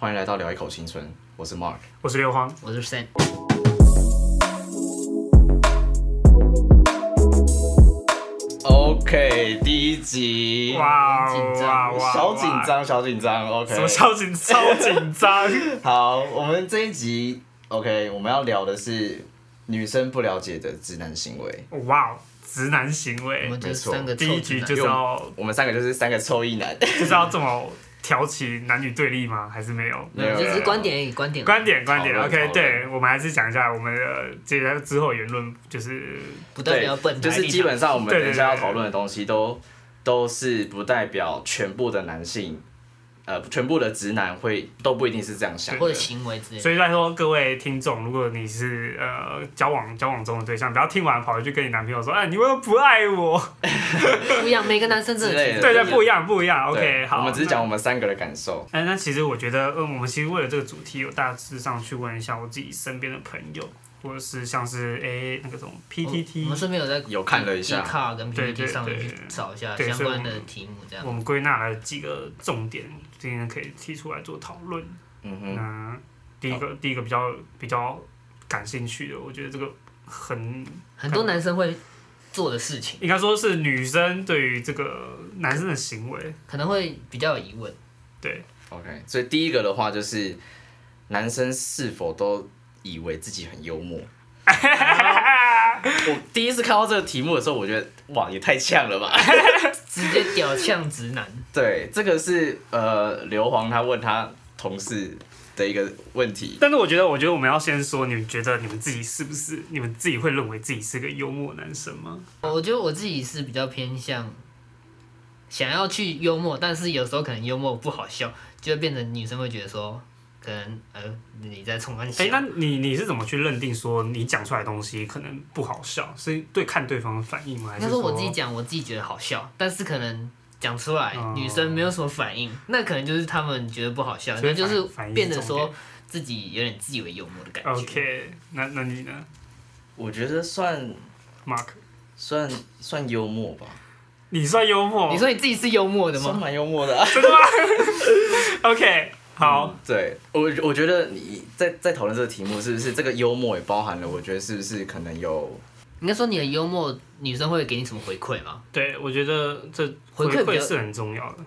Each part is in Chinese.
欢迎来到聊一口青春，我是 Mark。我是刘荒，我是 Sam， OK，第一集，哇紧张哇哇，小紧，嗯张，小紧张，OK，什么小紧超紧张？ 好，我们这一集 OK，我们要聊的是女生不了解的直男行为。哇，直男行我为们，就是没错三个第一集就是要我们三个就是三个臭一 男，就是要这么挑起男女对立吗？还是没有？没有，这只是观点而已，观点观点观点讨论讨，OK，论对，我们还是讲一下我们的这个之后言论，就是不代对表本，就台立场是基本上我们对对等一下要对讨论的东西都都是不代表全部的男性，呃，全部的直男会都不一定是这样想或的者。行为之类的。所以再说各位听众，如果你是呃交往交往中的对象，不要听完跑回去跟你男朋友说，哎，你为什么不爱我？不一样，每个男生真之类的的对对，对不一样不一样对，OK，好，我们只是那讲我们三个的感受。哎，那其实我觉得，嗯，我们其实为了这个主题，有大致上去问一下我自己身边的朋友，或者是像是哎、那个什么我我 PTT，们顺便有在有看了一下 d c a r 跟对 PPT 对上面对去找一下对相所以我关们的题目，这样我们归纳了几个重点，今天可以提出来做讨论。嗯哼，那第一个，第一个比较比较感兴趣的，我觉得这个很很多男生会做的事情，应该说是女生对于这个男生的行为，可能会比较有疑问。对 OK，所以第一个的话就是男生是否都以为自己很幽默。我第一次看到这个题目的时候，我觉得哇，也太呛了吧！ 直接屌呛直男，对，这个是呃刘皇他问他同事的一个问题。但是我觉得，我觉得我们要先说，你们觉得你们自己是不是你们自己会认为自己是个幽默男生吗？我觉得我自己是比较偏向想要去幽默，但是有时候可能幽默不好笑，就会变成女生会觉得说，可能呃你在冲安哎、笑。那你你是怎么去认定说你讲出来的东西可能不好笑？是对看对方的反应吗？还应该是说我自己讲，我自己觉得好笑，但是可能讲出来、哦女生没有什么反应，那可能就是他们觉得不好笑，所以那就是反反应是变得重点说自己有点自以为幽默的感觉。 OK，那那你呢我觉得算，Mark？算算幽默吧，你算幽默？你说你自己是幽默的算吗？蛮幽默的、啊。嗯 OK？好，对我，我觉得你在在讨论这个题目，是不是这个幽默也包含了？我觉得是不是可能有应该说你的幽默，女生会给你什么回馈吗？对我觉得这回回馈比较馈是很重要的。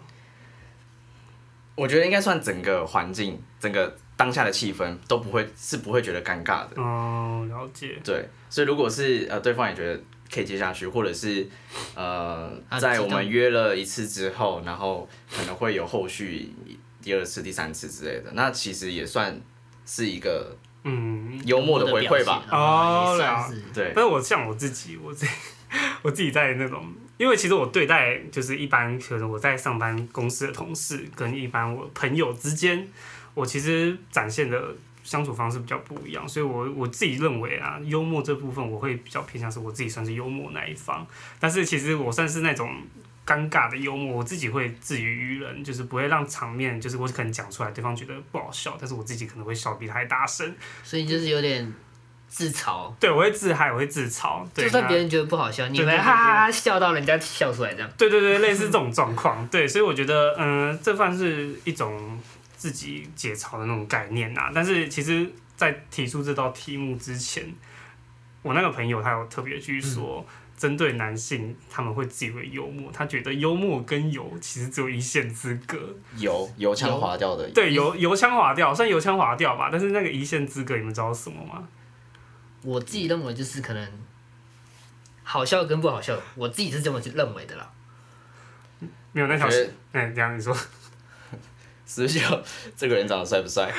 我觉得应该算整个环境、整个当下的气氛都不会是不会觉得尴尬的。嗯，了解。对，所以如果是呃对方也觉得可以接下去，或者是呃啊在知我道们约了一次之后，然后可能会有后续第二次、第三次之类的，那其实也算是一个嗯，幽默的回馈表吧。现啊哦也算是。对但是我像我自己，我自 己我自己在那种，因为其实我对待就是一般可能我在上班公司的同事跟一般我朋友之间，我其实展现的相处方式比较不一样，所以我我自己认为啊，幽默这部分我会比较偏向是我自己算是幽默那一方，但是其实我算是那种。尴尬的幽默，我自己会自娱于人，就是不会让场面，就是我可能讲出来，对方觉得不好笑，但是我自己可能会笑比他还大声。所以就是有点自嘲，对，我会自嗨，我会自嘲。对就算那别人觉得不好笑，你对们对对哈哈哈笑到人家笑出来这样。对对对，类似这种状况，对，所以我觉得，嗯、这算是一种自己解嘲的那种概念呐、但是其实，在提出这道题目之前，我那个朋友他有特别去说，针、对男性他们会自以为幽默，他觉得幽默跟油其实只有一线之隔。油油腔滑调的，对，油油腔滑调，算油腔滑调吧，但是那个一线之隔，你们知道是什么吗？我自己认为就是可能好笑跟不好笑，我自己是这么去认为的啦。没有那条我觉得线，哎、这样你说，是不是有这个人长得帅不帅？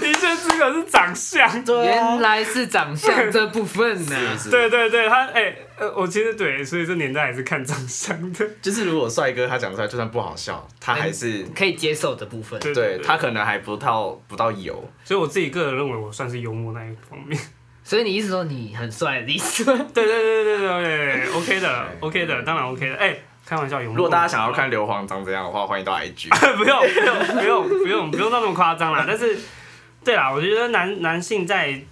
一线之隔是长相。原来是长相这部分呢、啊 是对对对，他哎、呃，我其实对，所以这年代也是看长相的。就是如果帅哥他讲出来就算不好笑，他还是、可以接受的部分。对对他可能还不到不到油。 所以我自己个人认为我算是幽默那一方面。所以你意思说你很帅的意思吗？对对对对对对，OK 的对，OK 的，当然 OK 的。哎、开玩笑，幽默。如果大家想要看硫磺长怎样的话，欢迎到 IG。 不用不用不用不用不用到那么夸张 啦。但是，对啦，我觉得男男性在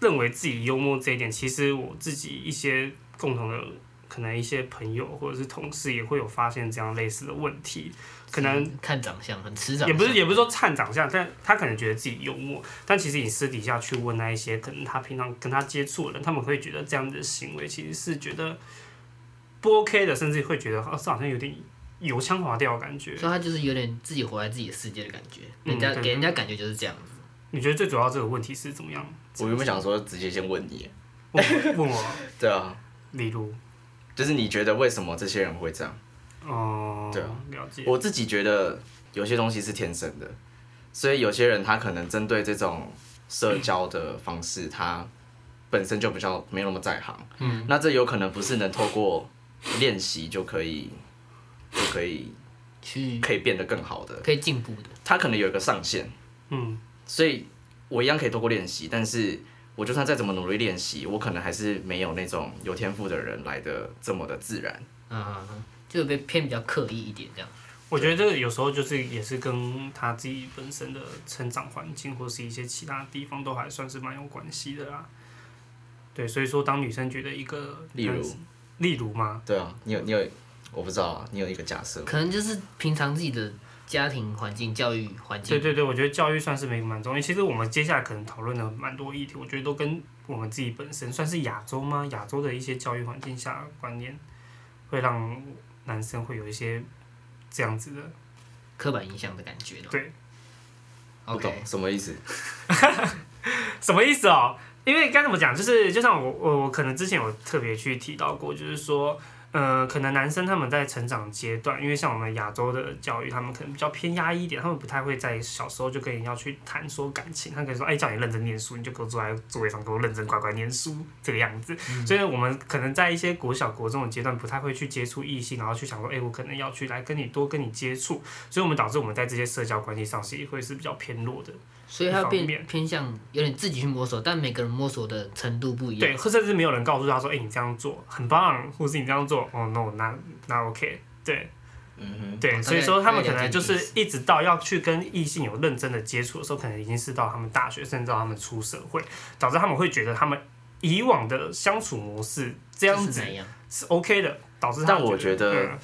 认为自己幽默这一点，其实我自己一些共同的可能一些朋友或者是同事也会有发现这样类似的问题，可能是看长相，很吃长相，也不是也不是说看长相，但他可能觉得自己幽默，但其实你私底下去问那一些可能他平常跟他接触的人，他们会觉得这样的行为其实是觉得不 OK 的，甚至会觉得哦，这好像有点油腔滑调的感觉。啊所以他就是有点自己活在自己的世界的感觉，嗯人家、对给人家感觉就是这样子。你觉得最主要这个问题是怎么样？ 我原本想说直接先问你，问我问我，对啊，例如，就是你觉得为什么这些人会这样？哦、对啊了解，我自己觉得有些东西是天生的，所以有些人他可能针对这种社交的方式，他本身就比较没那么在行。嗯，那这有可能不是能透过练习就可以就可以去可以变得更好的，可以进步的，他可能有一个上限，嗯，所以我一样可以透过练习，但是。我就算再怎么努力练习，我可能还是没有那种有天赋的人来的这么的自然。嗯，就被偏比较刻意一点这样。我觉得这个有时候就是也是跟他自己本身的成长环境或是一些其他地方都还算是蛮有关系的啦。对，所以说当女生觉得一个，例如，例如嘛，对啊，你有你有，我不知道啊，你有一个假设吗，可能就是平常自己的家庭环境、教育环嗯境，对对对，我觉得教育算是没蛮重要。其实我们接下来可能讨论的蛮多议题，我觉得都跟我们自己本身算是亚洲吗？亚洲的一些教育环境下的观念，会让男生会有一些这样子的，刻板印象的感觉咯。对，不懂 OK，什么意思。 什么意思哦？因为该怎么讲，就是就像我我我可能之前有特别去提到过，就是说，呃，可能男生他们在成长阶段，因为像我们亚洲的教育，他们可能比较偏压抑一点，他们不太会在小时候就跟人家去谈说感情，他可以说，哎，叫你认真念书，你就给我坐在座位上给我认真乖乖念书这个样子。所以我们可能在一些国小国中的阶段，不太会去接触异性，然后去想说，哎，我可能要去来跟你多跟你接触，所以我们导致我们在这些社交关系上是会是比较偏弱的。所以他一方面变偏向有点自己去摸索，但每个人摸索的程度不一样。对，或甚至没有人告诉他说，哎、你这样做很棒，或是你这样做，哦、no，那那 OK，对嗯哼，对，哦所以大概说他们大可概能了解你就的意是思一直到要去跟异性有认真的接触的时候，可能已经是到他们大学，甚至到他们出社会，导致他们会觉得他们以往的相处模式这样就是子那样，是 OK 的，导致他们但我觉得嗯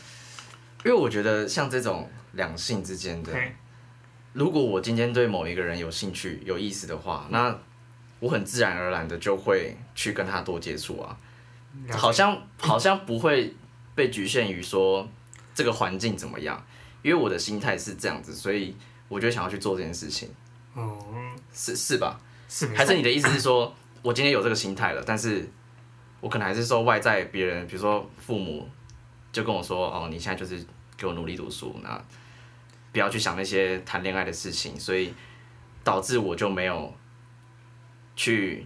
因为我觉得像这种两性之间的，对，如果我今天对某一个人有兴趣、有意思的话，那我很自然而然的就会去跟他多接触啊，了解好像好像不会被局限于说这个环境怎么样，因为我的心态是这样子，所以我就想要去做这件事情，嗯，是是吧？是没还错是你的意思是说，我今天有这个心态了，但是我可能还是受外在别人，比如说父母，就跟我说，哦，你现在就是给我努力读书，那不要去想那些谈恋爱的事情，所以导致我就没有去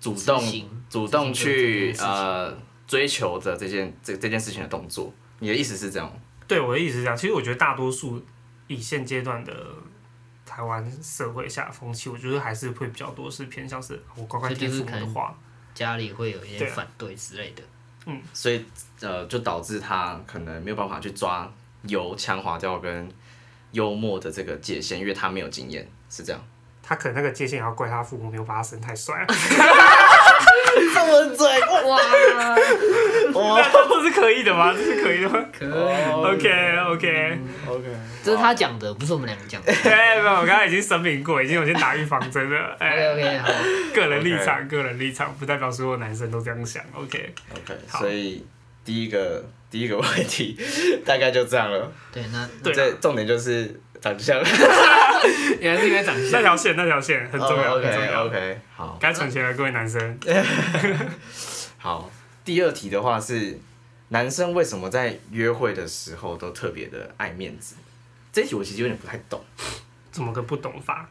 主动执行主动去执行这件事情呃追求着这件这这件事情的动作。你的意思是这样？对我的意思是这样。其实我觉得大多数以现阶段的台湾社会下风气，我觉得还是会比较多是偏向是啊我乖乖这就听是父母可的能话。家里会有一对啊些反对之类的。所以呃，就导致他可能没有办法去抓油腔滑调跟幽默的这个界限，因为他没有经验，是这样。他可能那个界限也要怪他父母没有把他生太帅，啊 这么嘴，哇，这是可以的吗？这是可以的吗可 以，嗯？OK OK， OK， 这是他讲的，不是我们两个 讲的。哎对，没有，我刚才已经声明过，已经有些打预防针了。 OK 哎， OK，好， 个人立场，个人立场，不代表所有男生都这样想。OK， OK，好所以第一个第一个问题大概就这样了。对，那对这重点就是长相，原来是因为长那相。条线，那条线很重要，哦很重 OK 要。 OK，好，该存钱了，各位男生。好。第二题的话是，男生为什么在约会的时候都特别的爱面子？这题我其实有点不太懂，怎么个不懂法？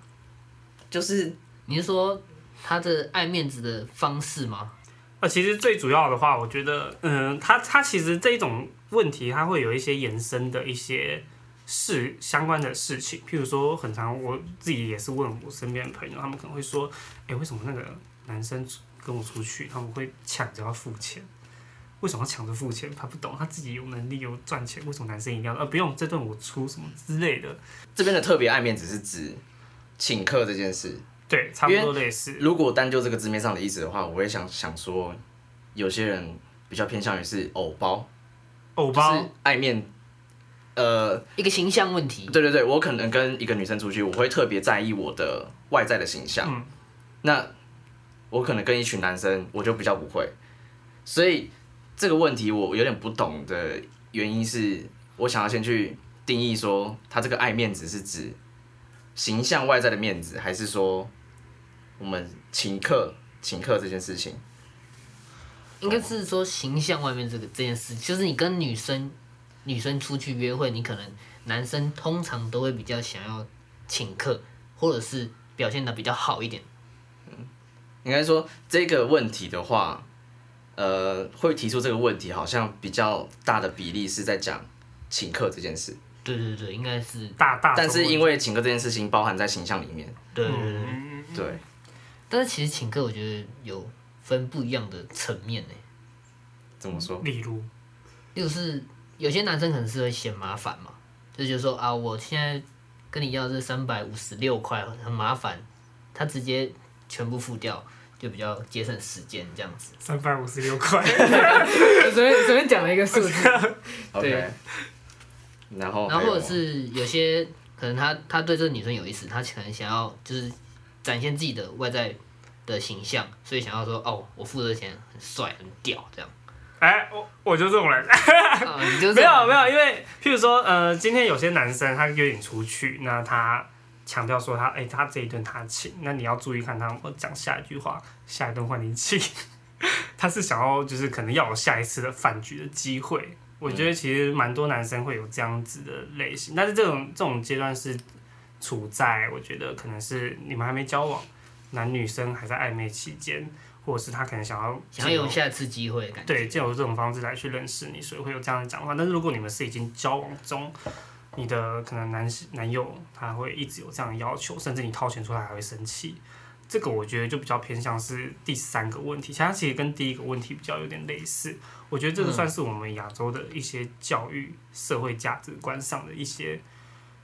就是你是说他的爱面子的方式吗？呃，其实最主要的话，我觉得，嗯、它它其实这一种问题，它会有一些延伸的一些事相关的事情，譬如说，很常我自己也是问我身边的朋友，他们可能会说，哎、为什么那个男生出跟我出去，他们会抢着要付钱？为什么要抢着付钱？他不懂，他自己有能力有赚钱，为什么男生一定要呃不用这顿我出什么之类的？这边的特别爱面子是指请客这件事。对，差不多类似。如果单就这个字面上的意思的话，我会想想说，有些人比较偏向于是偶包，偶就包、是爱面呃，一个形象问题。对对对，我可能跟一个女生出去，我会特别在意我的外在的形象。嗯那我可能跟一群男生，我就比较不会。所以这个问题我有点不懂的原因是，我想要先去定义说，他这个爱面子是指形象外在的面子，还是说我们请客请客这件事情？应该是说形象外面这个这件事，就是你跟女生女生出去约会，你可能男生通常都会比较想要请客，或者是表现的比较好一点。应该说这个问题的话，呃，会提出这个问题，好像比较大的比例是在讲请客这件事，对对对，应该是大大众但是因问为请客这件事情包含在形象里面，对对题对。对嗯对，但是其实请客，我觉得有分不一样的层面呢。怎么说？例如例如是有些男生可能是会嫌麻烦嘛，就觉得说啊，我现在跟你要这三百五十六块很麻烦，他直接全部付掉，就比较节省时间这样子。三百五十六块， 随便随便讲了一个数字， OK，然后 然还有后或者吗是有些可能他他对这个女生有意思，他可能想要就是展现自己的外在的形象，所以想要说哦，我付的钱很帅很屌这样。哎，我我就这种人，啊，你 就是没有没有，因为譬如说，呃，今天有些男生他约你出去，那他强调说他，哎、他这一顿他请，那你要注意看他我讲下一句话，下一顿换你请， 他是想要就是可能要有下一次的饭局的机会。我嗯觉得其实蛮多男生会有这样子的类型，但是这种这种阶段是处在我觉得可能是你们还没交往，男女生还在暧昧期间，或者是他可能想要想要进有入下次机会的感觉。对，借由这种方式来去认识你，所以会有这样的讲话。但是如果你们是已经交往中，你的可能男男友他会一直有这样的要求，甚至你掏钱出来还会生气，这个我觉得就比较偏向是第三个问题，其实它其实跟第一个问题比较有点类似。我觉得这嗯个算是我们亚洲的一些教育、社会价值观上的一些，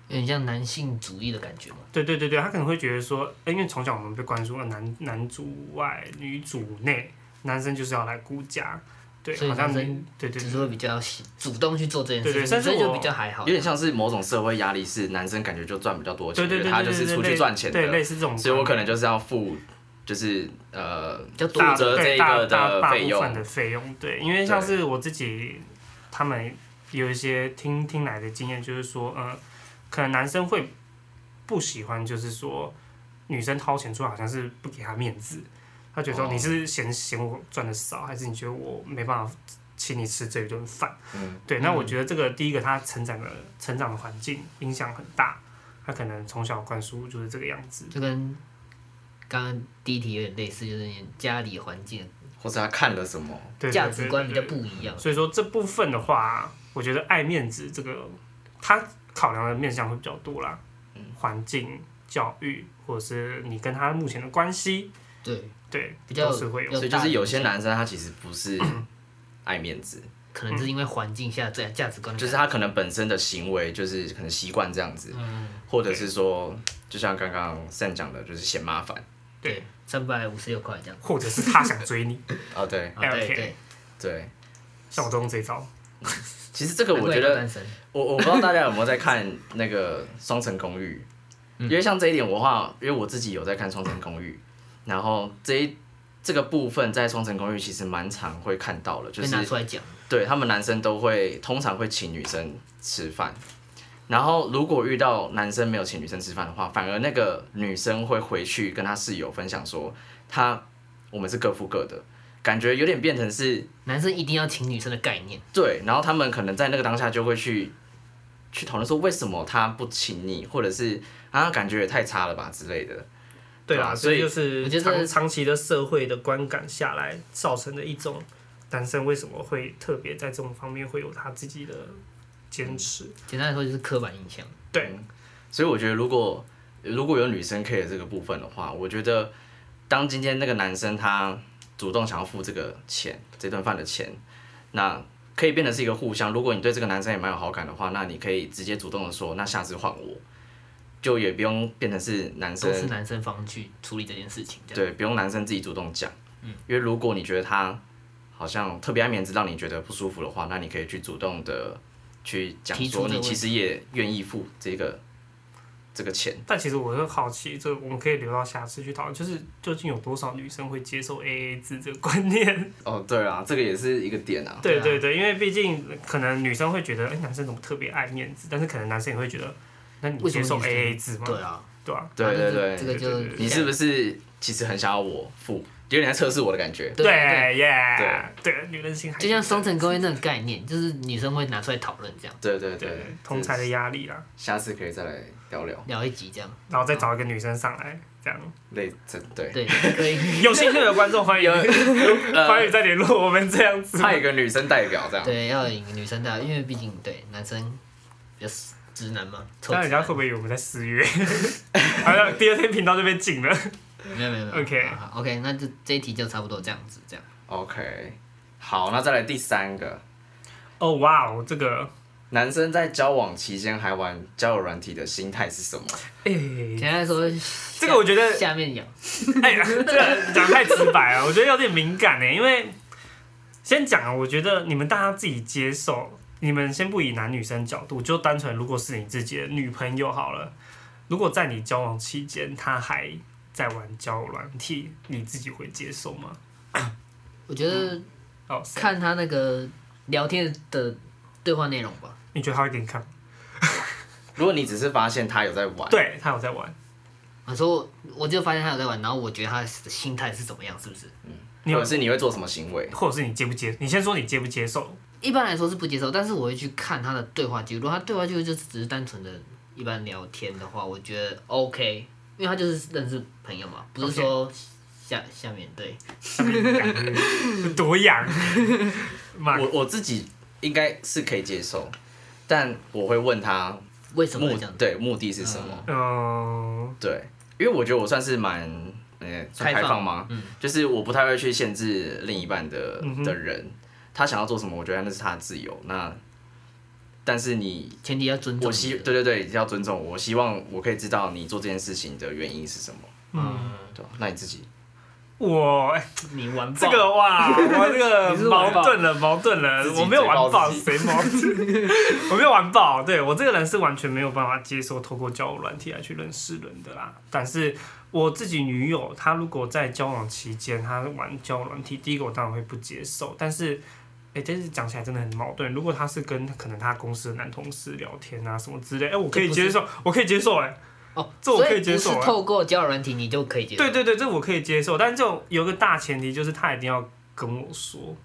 有点像男性主义的感觉嘛。对对对对，他可能会觉得说，哎因为从小我们被灌输了男男主外女主内，男生就是要来顾家。对，所以好像男生你对对对只是会比较喜主动去做这件事嗯对对情，但是所以就我比较还好有。点像是某种社会压力，是男生感觉就赚比较多对钱，对对，他对就对是出对去赚钱对，的，类似这种观念，所以我可能就是要付，就是呃，比较负多大责这对一大个大的大费部分用。的费用，对，因为像是我自己，他们有一些听听来的经验，就是说，嗯、可能男生会不喜欢，就是说女生掏钱出来好像是不给他面子，他觉得说哦你是嫌嫌我赚的少，还是你觉得我没办法请你吃这一顿饭？嗯对，那我嗯觉得这个第一个他成长的成长的环境影响很大，他可能从小灌输就是这个样子。就跟刚刚第一题有点类似，就是你家里环境或者他看了什么，对对价对值观比对较对不一样。所以说这部分的话，我觉得爱面子这个，他考量的面向会比较多啦，嗯环境、教育，或者是你跟他目前的关系，对，对，比较都是会有有所以就是有些男生他其实不是爱面子，可能是因为环境下这价值观的就是他可能本身的行为就是可能习惯这样子，嗯或者是说，就像刚刚 Sam 讲的，就是嫌麻烦。对对三百五十六块这样。或者是他想追你，哦，对啊，对 OK 对，对，像我都用这 招，其实这个难我怪觉你得单身我我不知道大家有没有在看那个《双层公寓》，嗯因为像这一点我的话，因为我自己有在看《双层公寓》，然后这一这个部分在《双层公寓》其实蛮常会看到了，就被是拿出来讲，对他们男生都会通常会请女生吃饭，然后如果遇到男生没有请女生吃饭的话，反而那个女生会回去跟她室友分享说，她我们是各付各的，感觉有点变成是男生一定要请女生的概念，对，然后他们可能在那个当下就会去去讨论说为什么他不请你，或者是啊感觉也太差了吧之类的。对啊所以就是我觉得长长期的社会的观感下来造成的一种，男生为什么会特别在这种方面会有他自己的坚持，简单来说就是刻板印象。对，所以我觉得如果如果有女生 care 这个部分的话，我觉得当今天那个男生他主动想要付这个钱，这顿饭的钱，那可以变得是一个互相。如果你对这个男生也蛮有好感的话，那你可以直接主动的说，那下次换我，就也不用变成是男生都是男生方去处理这件事情，这样对，不用男生自己主动讲，嗯因为如果你觉得他好像特别爱面子，让你觉得不舒服的话，那你可以去主动的去讲提出说这个你问其实也愿意付这个这个钱。但其实我很好奇，这我们可以留到下次去讨论，就是究竟有多少女生会接受 AA 制这个观念？ 哦，对啊，这个也是一个点啊。对对啊对对，因为毕竟可能女生会觉得，哎、男生怎么特别爱面子？但是可能男生也会觉得，那你为什接么受女生 AA 制吗？对啊，对啊，对反对正这对，这个就对对对你是不是其实很想要我付？有点在测试我的感觉。对对，耶，对，女人心还就像双层公寓那种概念，就是女生会拿出来讨论这样，对对对对，同才的压力啦，下次可以再来聊聊。聊一集这样，然后再找一个女生上来，这样。类这对，对，可 以，有兴趣的观众欢迎呃 欢迎再联络我们这样 子。派一个女生代表这样。对，要以女生的，因为毕竟对男生比较直男嘛，臭那直人家男会不会以为我们在私约？ 好像第二天频道就被禁了。没有没有没有 OK 好好 OK，那这这一题就差不多这样子，这样 OK，好，那再来第三个，哦，哇哦，这个，男生在交往期间还玩交友软体的心态是什么？哎、简单来说，这个我觉得下面有哎呀，这个讲太直白了，我觉得有点敏感欸呢。因为先讲啊，我觉得你们大家自己接受，你们先不以男女生角度，就单纯如果是你自己的女朋友好了，如果在你交往期间她还在玩交友软体，你自己会接受吗？我觉得哦，看他那个聊天的对话内容吧，你觉得他会给你看？如果你只是发现他有在玩，对他有在玩，我说我就发现他有在玩，然后我觉得他的心态是怎么样，是不是？你或有者，是你会做什么行为？或者是你接不接？你先说你接不接受？一般来说是不接受，但是我会去看他的对话记录。如果他对话记录就是只是单纯的一般聊天的话，我觉得 OK，因为他就是认识朋友嘛，不是说下下面对。 多痒，妈我我自己应该是可以接受，但我会问他为什么目会这样？对目的是什么？嗯，对，因为我觉得我算是蛮呃算开开放放吗？就是我不太会去限制另一半的的人，他想要做什么，我觉得那是他的自由。那但是你前提要尊重我你希的对对对，要尊重我。我希望我可以知道你做这件事情的原因是什么，嗯，对吧？啊那你自己我哎你完爆这个哇，我这 你个是玩矛爆盾了，矛盾了自，己我没有玩爆嘴谁矛盾， 我没有玩爆，对我这个人是完全没有办法接受透过交友软体来去认识人的啦。但是我自己女友，她如果在交往期间她玩交友软体，第一个我当然会不接受，但是。哎、但是讲起来真的很矛盾。如果她是跟可能她公司的男同事聊天啊什么之类，哎、我可以这不是接受，我可以接受、哎，哦，这我所可以接受不啊是透过交友软体你就可以接受。对对对，这我可以接受，但是这种有个大前提就是他一定要跟我说，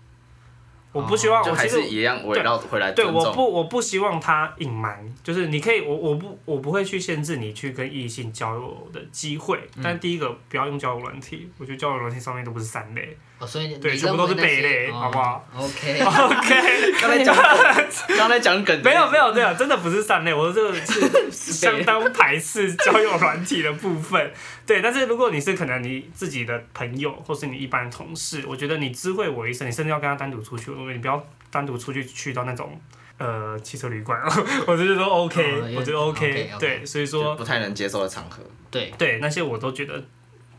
我不希望、哦就啊我还其实是一样围绕回来对，尊我重。不我不希望他隐瞒，就是你可以，我我不我不会去限制你去跟异性交友的机会，嗯但第一个不要用交友软体，我觉得交友软体上面都不是三类。哦，所以你对你全部都是认为那贝些类哦好不好？OK， OK，刚才讲 刚才讲梗，没有没有对啊，真的不是三类，我这个是相当排斥交友软体的部分。对，但是如果你是可能你自己的朋友或是你一般同事，我觉得你知会我一声，你甚至要跟他单独出去，我觉得你不要单独出去去到那种。呃，汽车旅馆， 我觉得都 OK，、哦我觉得 OK，OK 对，所以说就不太能接受的场合。对，对那些我都觉得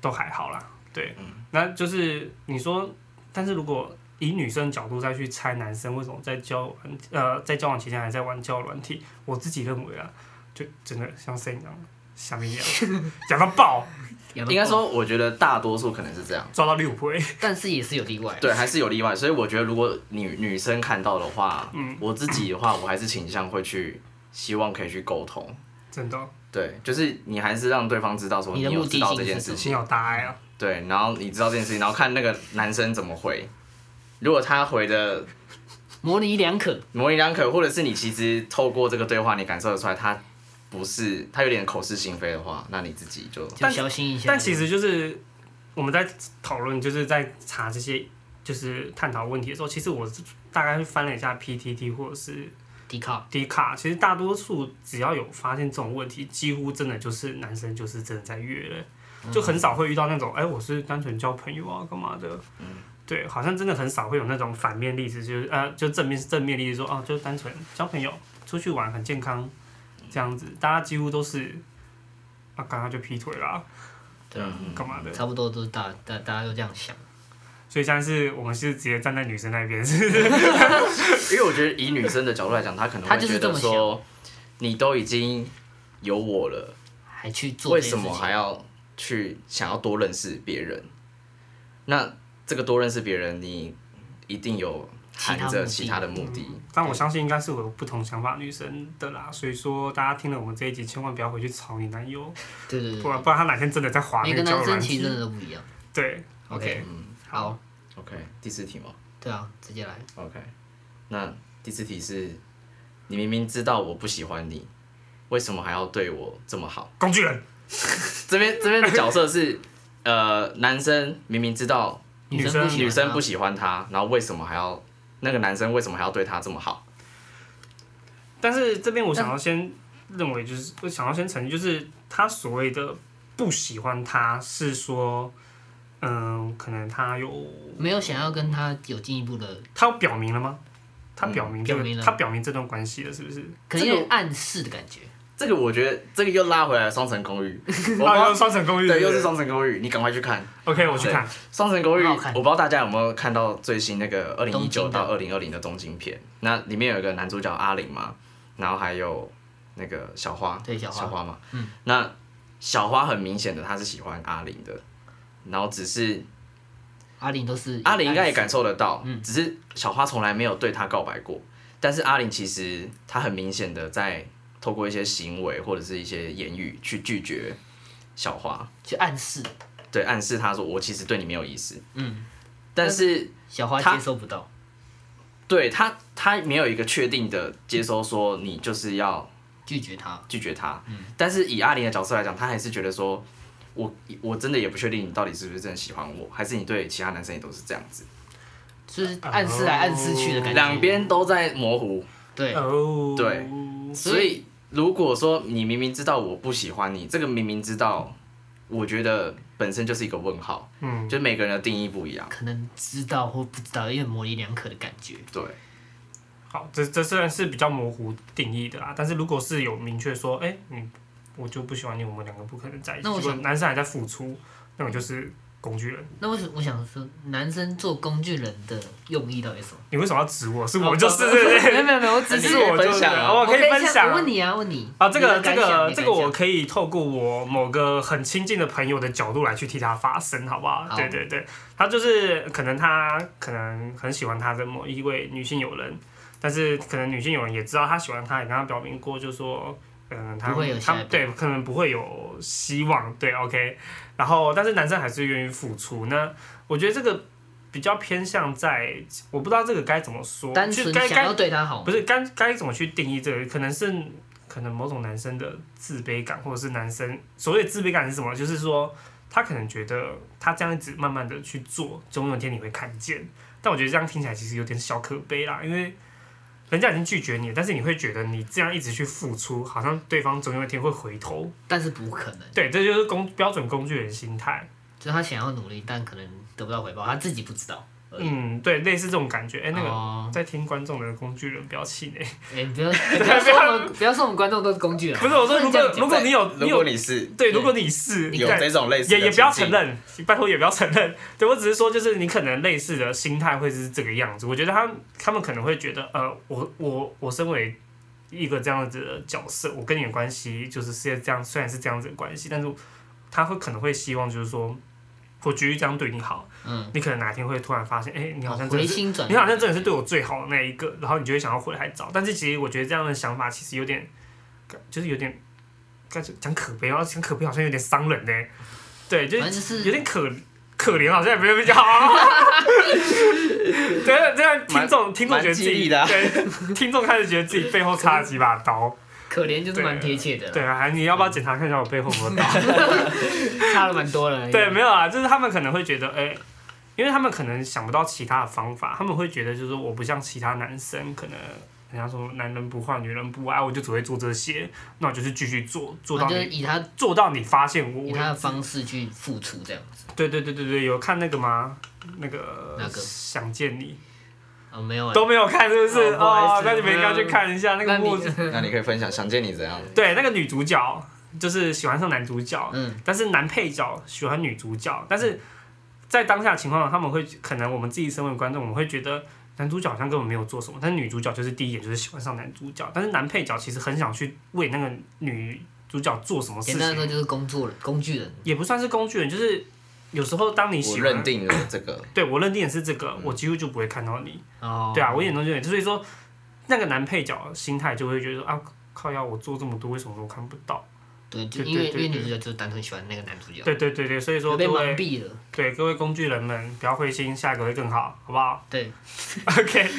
都还好啦。对，那就是你说，但是如果以女生角度再去猜男生为什么在交往呃在交往期间还在玩交友软体，我自己认为啊，就真的像 s a 一样，下面一样讲到爆，有的应该说，我觉得大多数可能是这样，抓到六回。但是也是有例外。对，还是有例外。所以我觉得，如果女女生看到的话，我自己的话，我还是倾向会去，希望可以去沟通。真的，对，就是你还是让对方知道说你的有目的知道性这件是什事么情。心有大爱啊，对，然后你知道这件事情，然后看那个男生怎么回。如果他回的模棱两可，模棱两可，或者是你其实透过这个对话，你感受得出来他不是他有点口是心非的话，那你自己就就小心一下。但其实就是我们在讨论，就是在查这些就是探讨问题的时候，其实我是大概翻了一下 PTT 或者是迪卡迪卡，其实大多数只要有发现这种问题，几乎真的就是男生就是真的在约了，就很少会遇到那种哎、我是单纯交朋友啊，干嘛的。对，好像真的很少会有那种反面例子，就是呃，就正面正面例子说哦，就是单纯交朋友，出去玩很健康，这样子，大家几乎都是啊，刚刚就劈腿啦，对啊嗯干嘛的？差不多都是大大大家都这样想。所以像是我们是直接站在女生那边， 是因为我觉得以女生的角度来讲，她可能她会就是觉这得么说，你都已经有我了，还去做为这件什事么情还要去想要多认识别人？那这个多认识别人，你一定有含着其其他他的目的目的。但我相信应该是会有不同想法的女生的啦，所以说大家听了我们这一集，千万不要回去吵你男友，对对对不对，然不然他哪天真的在滑那每个个交友男软生其实真体。的都不一样。对 OK，好，嗯 OK，第四题吗对啊，直接来。 ？OK，那第四题是，你明明知道我不喜欢你，为什么还要对我这么好？工具人，这边这边的角色是， 呃，男生明明知道女生生不喜欢女生他不喜欢他，然后为什么还要那个男生为什么还要对他这么好？但是这边我想要先认为，就是我想要先澄清，就是他所谓的不喜欢他是说，嗯、可能他有没有想要跟他有进一步的，他有表明了吗？他表明这个，嗯表明了他表明这段关系了，是不是？可能有这个点暗示的感觉。这个我觉得这个又拉回来双层公 寓，我不知啊，又道是双层公寓，对，又是。双层公寓，你赶快去看 OK，我去看。双层公寓。很我好看不知道大家有没有看到最新那个二零一东京九的到二零二零的东京片，那里面有一个男主角阿玲嘛，然后还有那个小花，对小小花嗯嘛，那小花很明显的她是喜欢阿玲的，然后只是阿玲都是阿玲应该也感受得到，嗯只是小花从来没有对他告白过。但是阿玲其实她很明显的在透过一些行为或者是一些言语去拒绝小花，去暗示，对，暗示她说我其实对你没有意思。嗯，但是小花他接收不到，对她，她没有一个确定的接收说你就是要拒绝他。拒绝他。嗯但是以阿玲的角色来讲，她还是觉得说，我我真的也不确定你到底是不是真的喜欢我，还是你对其他男生也都是这样子，就是啊暗示来暗示去的感觉，两边都在模糊。对，哦，对，嗯所以如果说你明明知道我不喜欢你，这个明明知道，我觉得本身就是一个问号，嗯，就每个人的定义不一样。可能知道或不知道，有点模棱两可的感觉。对，好，这这虽然是比较模糊定义的啦，但是如果是有明确说，哎、你我就不喜欢你，我们两个不可能在一起。那我如果想男生还在付出，那种就是工具人。那为什么我想说，男生做工具人的用意到底是什么？你为什么要指我？是哦我就是不没有没有没有，我只是你可以我就分享哦啊我可以分享我问你啊，问你啊，这个你的这感想个你的感想这个，我可以透过我某个很亲近的朋友的角度来去替他发声，好不好？好对对对，他就是可能他可能很喜欢他的某一位女性友人，但是可能女性友人也知道他喜欢他，也跟他表明过，就说。嗯，他不会有下他一步对，可能不会有希望，对，OK。然后，但是男生还是愿意付出。那我觉得这个比较偏向在，我不知道这个该怎么说，单就纯该想该要对他好吗，不是该该怎么去定义这个？可能是可能某种男生的自卑感，或者是男生所谓的自卑感是什么？就是说他可能觉得他这样子慢慢的去做，总有一天你会看见。但我觉得这样听起来其实有点小可悲啦，因为人家已经拒绝你，但是你会觉得你这样一直去付出，好像对方总有一天会回头。但是不可能，对，这就是工标准工具人心态。就是他想要努力，但可能得不到回报，他自己不知道。嗯，对，类似这种感觉。哎、那个、哦在听观众的工具人，不要气馁。哎，不要不要说我们不要说我们观众都是工具人，不是我说，如不能这果样讲如果你有你如有果你是对，如果你是有干这种类似的也也不要情境，承认，拜托也不要承认。 对我只是说，就是你可能类似的心态会是这个样子。我觉得他们他们可能会觉得，呃，我我我身为一个这样子的角色，我跟你的关系就是是这样，虽然是这样子的关系，但是他会可能会希望就是说，我继续这样对你好，嗯，你可能哪天会突然发现，哎、你好像真哦回的是，心转意，你好像真的是对我最好的那一个，然后你就会想要回来找。但是其实我觉得这样的想法其实有点，就是有点。该讲可悲吗？讲可悲好像有点伤人呢、对，就是反正就是有点可可怜，好像也没有比较好。 对，这样听众听众觉得蛮自激己励的啊对，听众开始觉得自己背后插了几把刀。可怜就是蛮贴切的，对啊，还你要不要检查看一下我背后有 没有刀？差了蛮多了。对，没有啊，就是他们可能会觉得，哎、因为他们可能想不到其他的方法，他们会觉得就是我不像其他男生，可能人家说男人不坏，女人不爱，我就只会做这些，那我就是继续做，做到反正就是你以他做到你发现我以为他的止。方式去付出这样子。对对对对对，有看那个吗？那个哪个想见你哦，没有欸，都没有看，是不是？哦不好意思哦，那你们应该去看一下那那个你木，那你可以分享想见你怎样？对，那个女主角就是喜欢上男主角，嗯但是男配角喜欢女主角，但是在当下情况，他们会可能我们自己身为观众，我们会觉得男主角好像根本没有做什么，但女主角就是第一眼就是喜欢上男主角，但是男配角其实很想去为那个女主角做什么事简单来说情，就是工作人工具人，也不算是工具人，就是有时候当你我喜欢认，定嗯了这个，对我认定也是这个，我几乎就不会看到你，哦，对啊，我眼中就有，所以说那个男配角心态就会觉得啊。靠呀！我做这么多，为什么都看不到？对，就对因为对因对为女主角就是单纯喜欢那个男主角，对对对对，所以说被各蒙位蔽了，对各位工具人们不要灰心，下一个会更好，好不好？对 OK，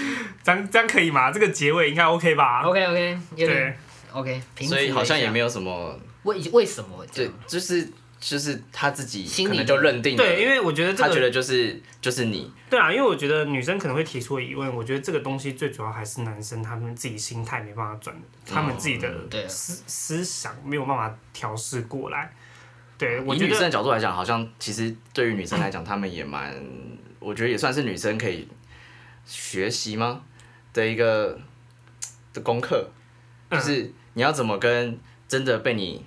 这样这样可以吗？这个结尾应该 OK 吧？ ，OK OK，有哦点对， OK，平复所以好像也没有有什么，啊为为什么这对样，就是就是他自己心里可能就认定了，对，因为我觉得这他觉个得就是就是你，对啊，因为我觉得女生可能会提出的疑问，我觉得这个东西最主要还是男生他们自己心态没办法转，他们自己对啊的思思想没有办法调试过来。啊对，我以觉女生得的角度来讲，好像其实对于女生来讲，她们也蛮，我觉得也算是女生可以学习吗的一个的功课，就嗯是你要怎么跟真的被你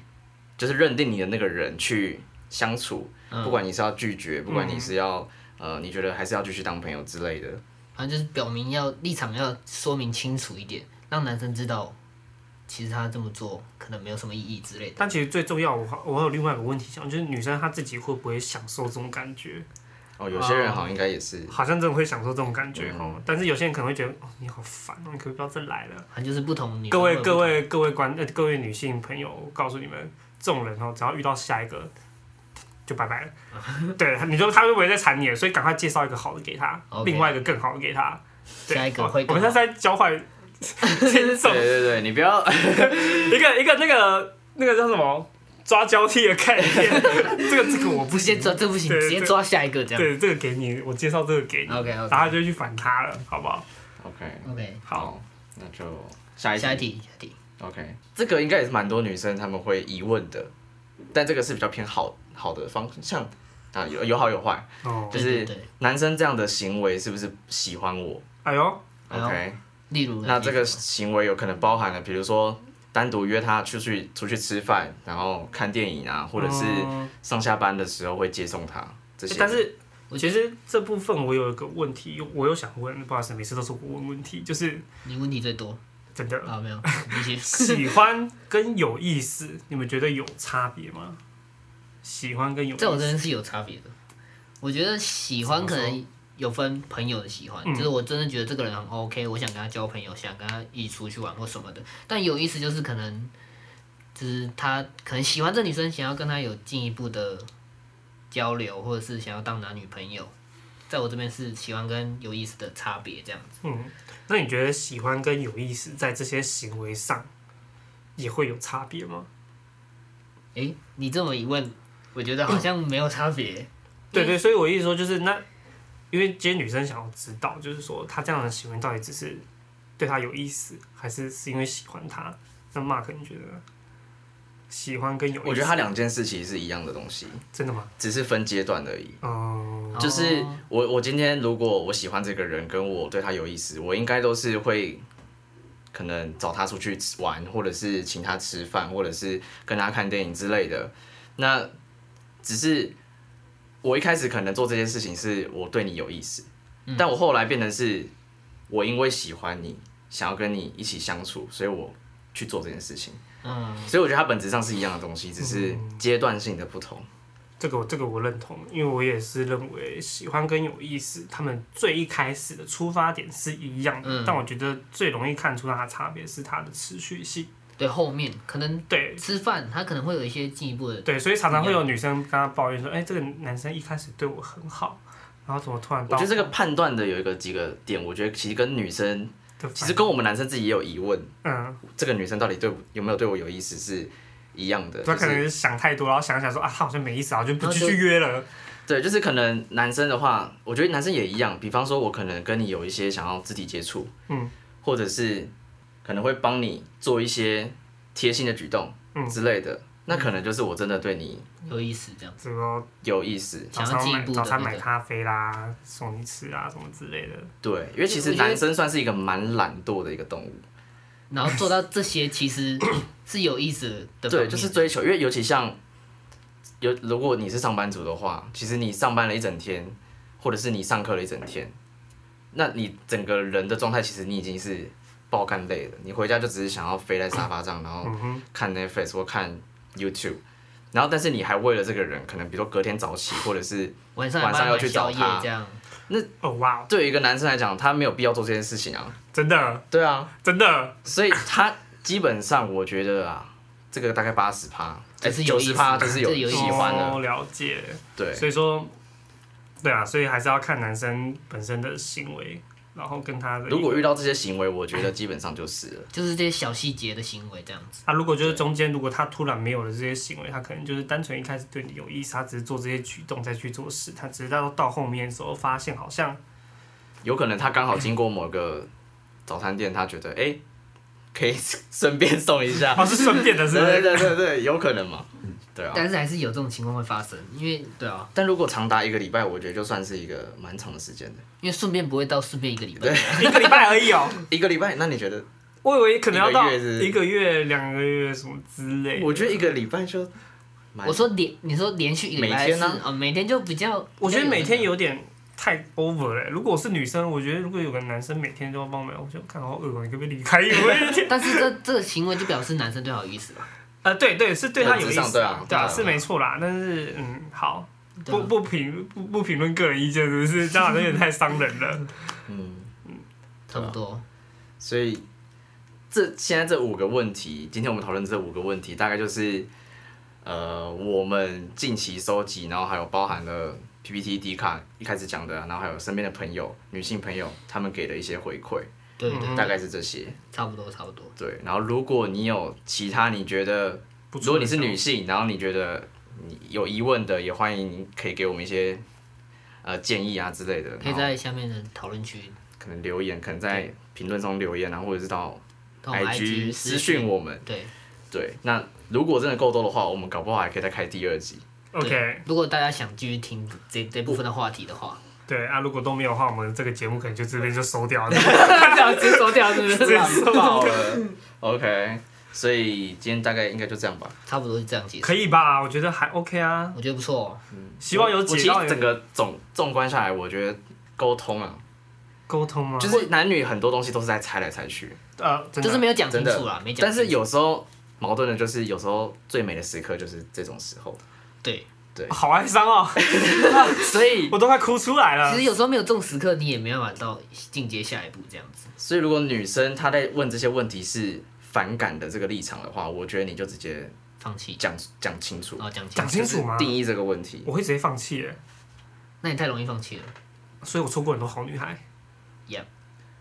就是认定你的那个人去相处，嗯不管你是要拒绝，不管你是要嗯呃，你觉得还是要继续当朋友之类的，反正就是表明要立场要说明清楚一点，让男生知道其实他这么做可能没有什么意义之类的。但其实最重要，我还我还有另外一个问题想，就是女生她自己会不会享受这种感觉？哦，有些人好像应该也是，好像真的会享受这种感嗯觉哦，但是有些人可能会觉得，哦，你好烦哦，你可不可以不要再来了。反正就是不同女各位生会有不各同，位各位观呃各位女性朋友，我告诉你们，这种人哦，只要遇到下一个，就拜 拜了。对，你说他会不会在缠你了？所以赶快介绍一个好的给他 OK 另外一个更好的给他。对下一个我会我们更现在在交换 这种对对对，你不要， 一个一个那个那个叫什么抓交替的概 念，这个这个我不不行先。抓这不行，对直接对啊抓下一个这样。对，这个给你，我介绍这个给你 OK 然后 OK 他就会去反他了，好不好？ OK， OK，好，，那就下一下一题。题下一题， OK，这个应该也是蛮多女生她们会疑问的，但这个是比较偏好好的方向啊，有有好有坏。哦，就对是对对男生这样的行为是不是喜欢我哎呦，哎呦？OK，例如那这个例如行为有可能包含了，比如说单独约她出去出去吃饭，然后看电影啊，或者是嗯上下班的时候会接送她这些。但是其实这部分我有一个问题，我有想问，不好意思，每次都是我问问题，就是你问题最多真 的啊，没 有，你先喜欢跟有意思，你们觉得有差别吗？喜欢跟有意在我这思，边是有差别的。我觉得喜欢可能有分朋友的喜欢，嗯就是我真的觉得这个人很 OK，我想跟他交朋友，想跟他一起出去玩或什么的。但有意思就是可能，就是他可能喜欢这女生，想要跟她有进一步的交流，或者是想要当男女朋友。在我这边是喜欢跟有意思的差别这样子。嗯，那你觉得喜欢跟有意思在这些行为上也会有差别吗？诶、你这么一问，我觉得好像没有差别。嗯对对，所以我意思说就是那，因为今天女生想要知道，就是说她这样的行为到底只是对她有意思，还是是因为喜欢她？那 Mark 你觉得呢？喜欢跟有意思，我觉得它两件事其实是一样的东西，真的吗？只是分阶段而已。哦、就是哦我我今天如果我喜欢这个人，跟我对他有意思，我应该都是会可能找他出去吃玩，或者是请他吃饭，或者是跟他看电影之类的。那只是我一开始可能做这些事情是我对你有意思，嗯但我后来变成是我因为喜欢你，想要跟你一起相处，所以我去做这件事情。嗯，所以我觉得它本质上是一样的东西，只是阶段性的不同。这个我这个我认同，因为我也是认为喜欢跟有意思，他们最一开始的出发点是一样的，嗯但我觉得最容易看出它的差别是它的持续性。对，后面可能对吃饭，他可能会有一些进一步的对，所以常常会嗯有女生跟他抱怨说：“哎、这个男生一开始对我很好，然后怎么突然我到觉得这个判断的有一个几个点，我觉得其实跟女生，的其反实跟我们男生自己也有疑问，嗯，这个女生到底对我有没有对我有意思是一样的。他就可能是是想太多，然后想想说啊，他好像没意思，然后就不然后继就续约了。对，就是可能男生的话，我觉得男生也一样。比方说，我可能跟你有一些想要肢体接触，嗯，或者是可能会帮你做一些贴心的举动，嗯之类的，那可能就是我真的对你有意思这样。这个有意思。早想要上进一买步的早餐那买个咖啡啦，送你吃啊什么之类的。对，因为其实我觉得男生算是一个蛮懒惰的一个动物。然后做 到这些其实是有意思的方对，面，就是追求，因为尤其像有如果你是上班族的话，其实你上班了一整天，或者是你上课了一整天，那你整个人的状态其实你已经是爆干累了，你回家就只是想要飞在沙发上，然后嗯看 Netflix 或看 YouTube，然后但是你还为了这个人，可能比如说隔天早起，或者是晚上晚上要要去找宵夜他这样，哦哇哦，对于一个男生来讲，他没有必要做这件事情啊。真的对啊，真的，所以他基本上我觉得啊，这个大概八十趴，这是有九意思十的趴就是这有意思喜欢的，哦，了解。对所以说，对啊，所以还是要看男生本身的行为，然后跟他的一个。如果遇到这些行为，我觉得基本上就是了。就是这些小细节的行为这样子。啊，如果就是中间如果他突然没有了这些行为，他可能就是单纯一开始对你有意思，他只是做这些举动再去做事，他只是到到后面的时候发现好像有可能他刚好经过某个早餐店，他觉得哎、诶可以 顺便送一下， 哦是顺便的，嗯对是不对？是对对对，有可能嘛？对啊。但是还是有这种情况会发生，因为对啊，但如果长达一个礼拜，我觉得就算是一个蛮长的时间的。因为顺便不会到顺便一个礼拜，一个礼拜而已哦，一个礼拜，那你觉得？我以为可能要到一个月是不是一个月、两个月什么之类的。我觉得一个礼拜就蛮……我说连你说连续一个礼拜每是天呢哦，每天就比较，我觉得每天有有点太 over 了。如果我是女生，我觉得如果有个男生每天都要帮忙，我就看好恶哦，你可不可以离开 我？ 那个，但是这这个行为就表示男生对他有意思了。呃，对对，是对他有意本质上思，对啊对对啊，啊是没错啦。但是嗯，好，对啊不不评不不评论个人意见，是不是？这样好像有点太伤 人了。嗯，差不多，所以这现在这五个问题，今天我们讨论这五个问题，大概就是呃我们近期收集，然后还有包含了 PPT、D 卡一开始讲的，然后还有身边的朋友、女性朋友他们给的一些回馈，对对大对，概是这些。差不多差不多。对，然后如果你有其他你觉得，不错如果你是女性，然后你觉得你有疑问的，也欢迎你可以给我们一些呃建议啊之类的，可以然后在下面的讨论区可能留言，可能在评论中留言，然后或者是到到我们 IG 私私讯讯，我们。对，对，那如果真的够多的话，我们搞不好还可以再开第二 集。 OK，如果大家想继续听这这部分的话题的 话，对啊，如果都没有的话，我们这个节目可能就这边就收 掉了。这样直接收掉是不 是？好了，OK，所以今天大概应该就这样吧。差不多是这样结束，可以吧？我觉得还 OK 啊，我觉得不错哦。希望有我解其到实整个总纵观下来，我觉得沟通啊，沟通吗？就是男女很多东西都是在猜来猜去，呃，真的就是没有讲真清的楚啦，没讲清楚。但是有时候矛盾的就是，有时候最美的时刻就是这种时 候。对，好哀伤哦，所以，我都快哭出啊来了其实。有时候没有这种时刻，你也没办法到进阶下一步这样子。所以如果女生她在问这些问题是反感的这个立场的话，我觉得你就直接放弃，讲讲清楚然，后讲清讲楚，清楚吗？定义这个问题。我会直接放弃耶，那你太容易放弃了。所以我错过很多好女孩。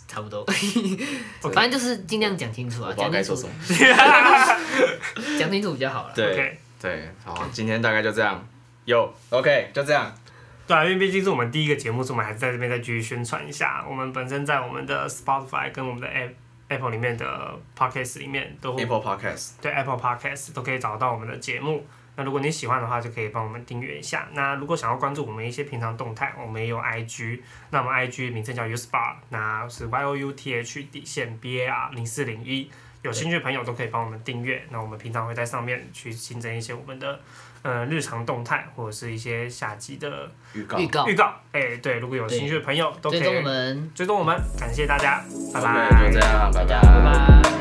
差 不多 OK 反正就是尽量讲清楚我啊，不知道讲该说清什楚么，。讲清楚比较好了。对。 OK，对，好，今天大概就这样，有 OK，就这样，对啊，因为毕竟是我们第一个节目，所以我们还是在这边再继续宣传一下。我们本身在我们的 Spotify 跟我们的 App Apple 里面的 Podcast 里面都会 Apple Podcast，对 Apple Podcast 都可以找到我们的节目。那如果你喜欢的话，就可以帮我们订阅一下。那如果想要关注我们一些平常动态，我们也有 IG，那我们 IG 名称叫 USPAR，那是 Y O U T H 底线 B A R 零四零一。有兴趣的朋友都可以帮我们订阅。那我们平常会在上面去新增一些我们的呃日常动态，或者是一些下集的预告预告预，告。哎、对，如果有对兴趣的朋友都可追踪我以们，追踪我们，感谢大家，拜拜。 OK，就这样，大家拜拜。